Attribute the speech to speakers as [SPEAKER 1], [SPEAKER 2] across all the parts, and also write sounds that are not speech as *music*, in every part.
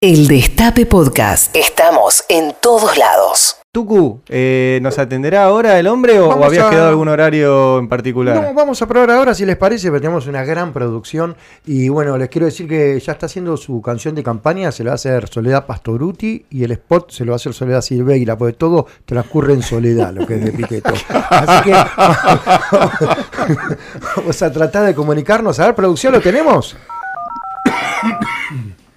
[SPEAKER 1] El Destape Podcast. Estamos en todos lados.
[SPEAKER 2] Tucu, eh, ¿nos atenderá ahora el hombre o, o
[SPEAKER 3] Vamos
[SPEAKER 2] habías
[SPEAKER 3] a-
[SPEAKER 2] quedado algún horario en particular?
[SPEAKER 3] No, vamos a probar ahora si les parece, pero tenemos una gran producción. Y bueno, les quiero decir que ya está haciendo su canción de campaña, se la va a hacer Soledad Pastoruti y el spot se lo va a hacer Soledad Silveira, porque todo transcurre en soledad, lo que es de Piqueto. Así que *laughs* vamos a tratar de comunicarnos. A ver, producción, ¿lo tenemos?
[SPEAKER 4] *coughs*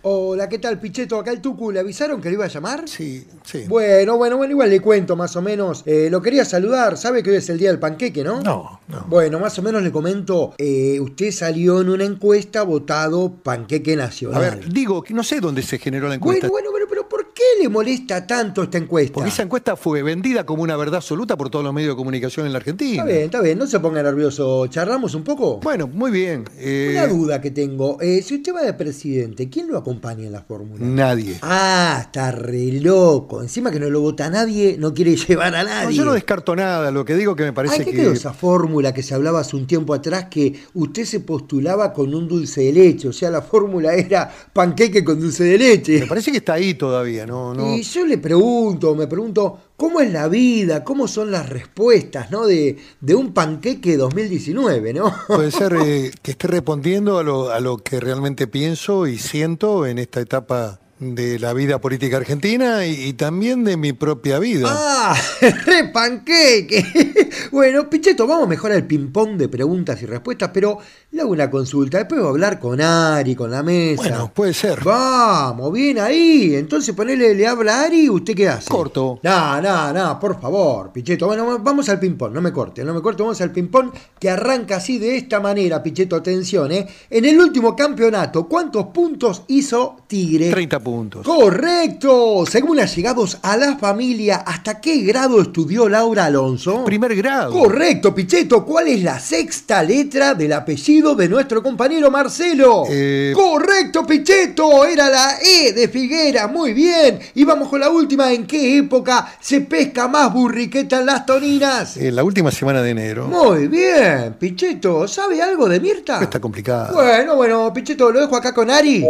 [SPEAKER 4] Hola, ¿qué tal, Picheto? Acá el Tucu, ¿le avisaron que lo iba a llamar?
[SPEAKER 5] Sí, sí.
[SPEAKER 4] Bueno, bueno, bueno, igual le cuento más o menos. Eh, lo quería saludar, sabe que hoy es el día del panqueque, ¿no?
[SPEAKER 5] No, no.
[SPEAKER 4] Bueno, más o menos le comento, eh, usted salió en una encuesta votado panqueque
[SPEAKER 5] a
[SPEAKER 4] nacional.
[SPEAKER 5] ver, digo que no sé dónde se generó la encuesta.
[SPEAKER 4] bueno, bueno, bueno, pero ¿por qué le molesta tanto esta encuesta?
[SPEAKER 5] porque esa encuesta fue vendida como una verdad absoluta por todos los medios de comunicación en la Argentina.
[SPEAKER 4] Está bien, está bien, no se ponga nervioso. ¿Charlamos un poco?
[SPEAKER 5] Bueno, muy bien. eh,
[SPEAKER 4] una duda que tengo. eh, si usted va de presidente, ¿quién lo acompaña en la fórmula?
[SPEAKER 5] Nadie.
[SPEAKER 4] Ah, está re loco. Encima que no lo vota nadie, no quiere *laughs* llevar a
[SPEAKER 5] No,
[SPEAKER 4] nadie.
[SPEAKER 5] yo no descarto nada, lo que digo que me
[SPEAKER 4] Ay,
[SPEAKER 5] parece
[SPEAKER 4] ¿qué
[SPEAKER 5] que.
[SPEAKER 4] quedó esa fórmula que se hablaba hace un tiempo atrás que usted se postulaba con un dulce de leche? O sea, la fórmula era panqueque con dulce de
[SPEAKER 5] Me
[SPEAKER 4] leche.
[SPEAKER 5] parece que está ahí todavía, ¿no? no
[SPEAKER 4] Y yo le pregunto, me pregunto, ¿cómo es la vida? ¿Cómo son las respuestas, no? De, de un panqueque 2019, ¿no?
[SPEAKER 5] Puede ser
[SPEAKER 4] *laughs*
[SPEAKER 5] eh, que esté respondiendo a lo, a lo que realmente pienso y siento en esta etapa de la vida política argentina y, y también de mi propia vida.
[SPEAKER 4] ¡Ah! *laughs* ¡Re panqueque! *laughs* Bueno, Picheto, vamos mejor al ping-pong de preguntas y respuestas, pero le hago una consulta. Después voy a hablar con Ari, con la mesa.
[SPEAKER 5] bueno, puede ser.
[SPEAKER 4] Vamos, bien ahí. Entonces ponele, le habla a Ari, ¿usted qué hace?
[SPEAKER 5] Corto.
[SPEAKER 4] No, no, no, por favor, Picheto. Bueno, vamos al ping-pong, no me corte, no me corte, vamos al ping-pong que arranca así de esta manera, Picheto, atención, ¿eh? En el último campeonato, ¿cuántos puntos hizo Tigre?
[SPEAKER 5] 30 puntos.
[SPEAKER 4] Correcto. Según allegados a la familia, ¿hasta qué grado estudió Laura Alonso?
[SPEAKER 5] Primer grado.
[SPEAKER 4] Correcto, Picheto. ¿Cuál es la sexta letra del apellido de nuestro compañero Marcelo?
[SPEAKER 5] Eh.
[SPEAKER 4] Correcto, Picheto. Era la E de Figuera. Muy bien. Y vamos con la última. ¿En qué época se pesca más burriqueta en las toninas?
[SPEAKER 5] Eh, la última semana de enero.
[SPEAKER 4] Muy bien, Picheto. ¿Sabe algo de Mirta?
[SPEAKER 5] Está complicado.
[SPEAKER 4] Bueno, bueno, Picheto, lo dejo acá con Ari.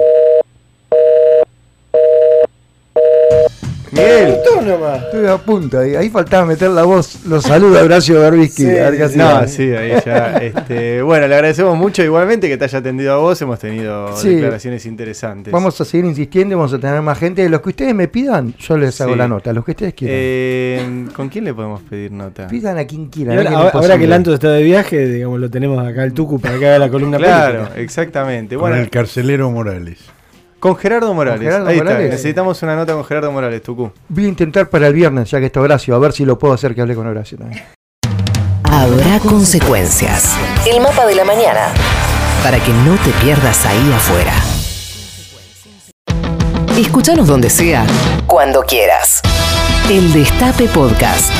[SPEAKER 2] Miguel,
[SPEAKER 3] Estoy a punto, ahí, ahí faltaba meter la voz. Los saluda Horacio Berbisky. a ver qué hacía.
[SPEAKER 2] no, sí, ahí ya. este, bueno, le agradecemos mucho igualmente que te haya atendido a vos. Hemos tenido
[SPEAKER 3] Sí.
[SPEAKER 2] declaraciones interesantes.
[SPEAKER 3] Vamos a seguir insistiendo, vamos a tener más gente. Los que ustedes me pidan, yo les hago
[SPEAKER 2] Sí.
[SPEAKER 3] la nota. Los que ustedes quieran.
[SPEAKER 2] Eh, ¿Con quién le podemos pedir nota?
[SPEAKER 3] Pidan a quien
[SPEAKER 6] Y
[SPEAKER 3] quieran.
[SPEAKER 6] ahora,
[SPEAKER 3] a
[SPEAKER 6] ahora-
[SPEAKER 3] alguien
[SPEAKER 6] ahora que
[SPEAKER 3] imposible.
[SPEAKER 6] Lanto está de viaje, digamos, lo tenemos acá el Tucu para que haga la columna
[SPEAKER 2] Claro,
[SPEAKER 6] política.
[SPEAKER 2] exactamente.
[SPEAKER 7] Con
[SPEAKER 2] Bueno,
[SPEAKER 7] el carcelero Morales.
[SPEAKER 2] con Gerardo Morales.
[SPEAKER 3] Gerardo
[SPEAKER 2] ahí
[SPEAKER 3] Morales.
[SPEAKER 2] está. Necesitamos una nota con Gerardo Morales, Tucú.
[SPEAKER 3] Voy a intentar para el viernes, ya que está Horacio, a ver si lo puedo hacer que hable con Horacio también.
[SPEAKER 1] Habrá consecuencias. El mapa de la mañana. Para que no te pierdas ahí afuera. Escúchanos donde sea. Cuando quieras. El Destape Podcast.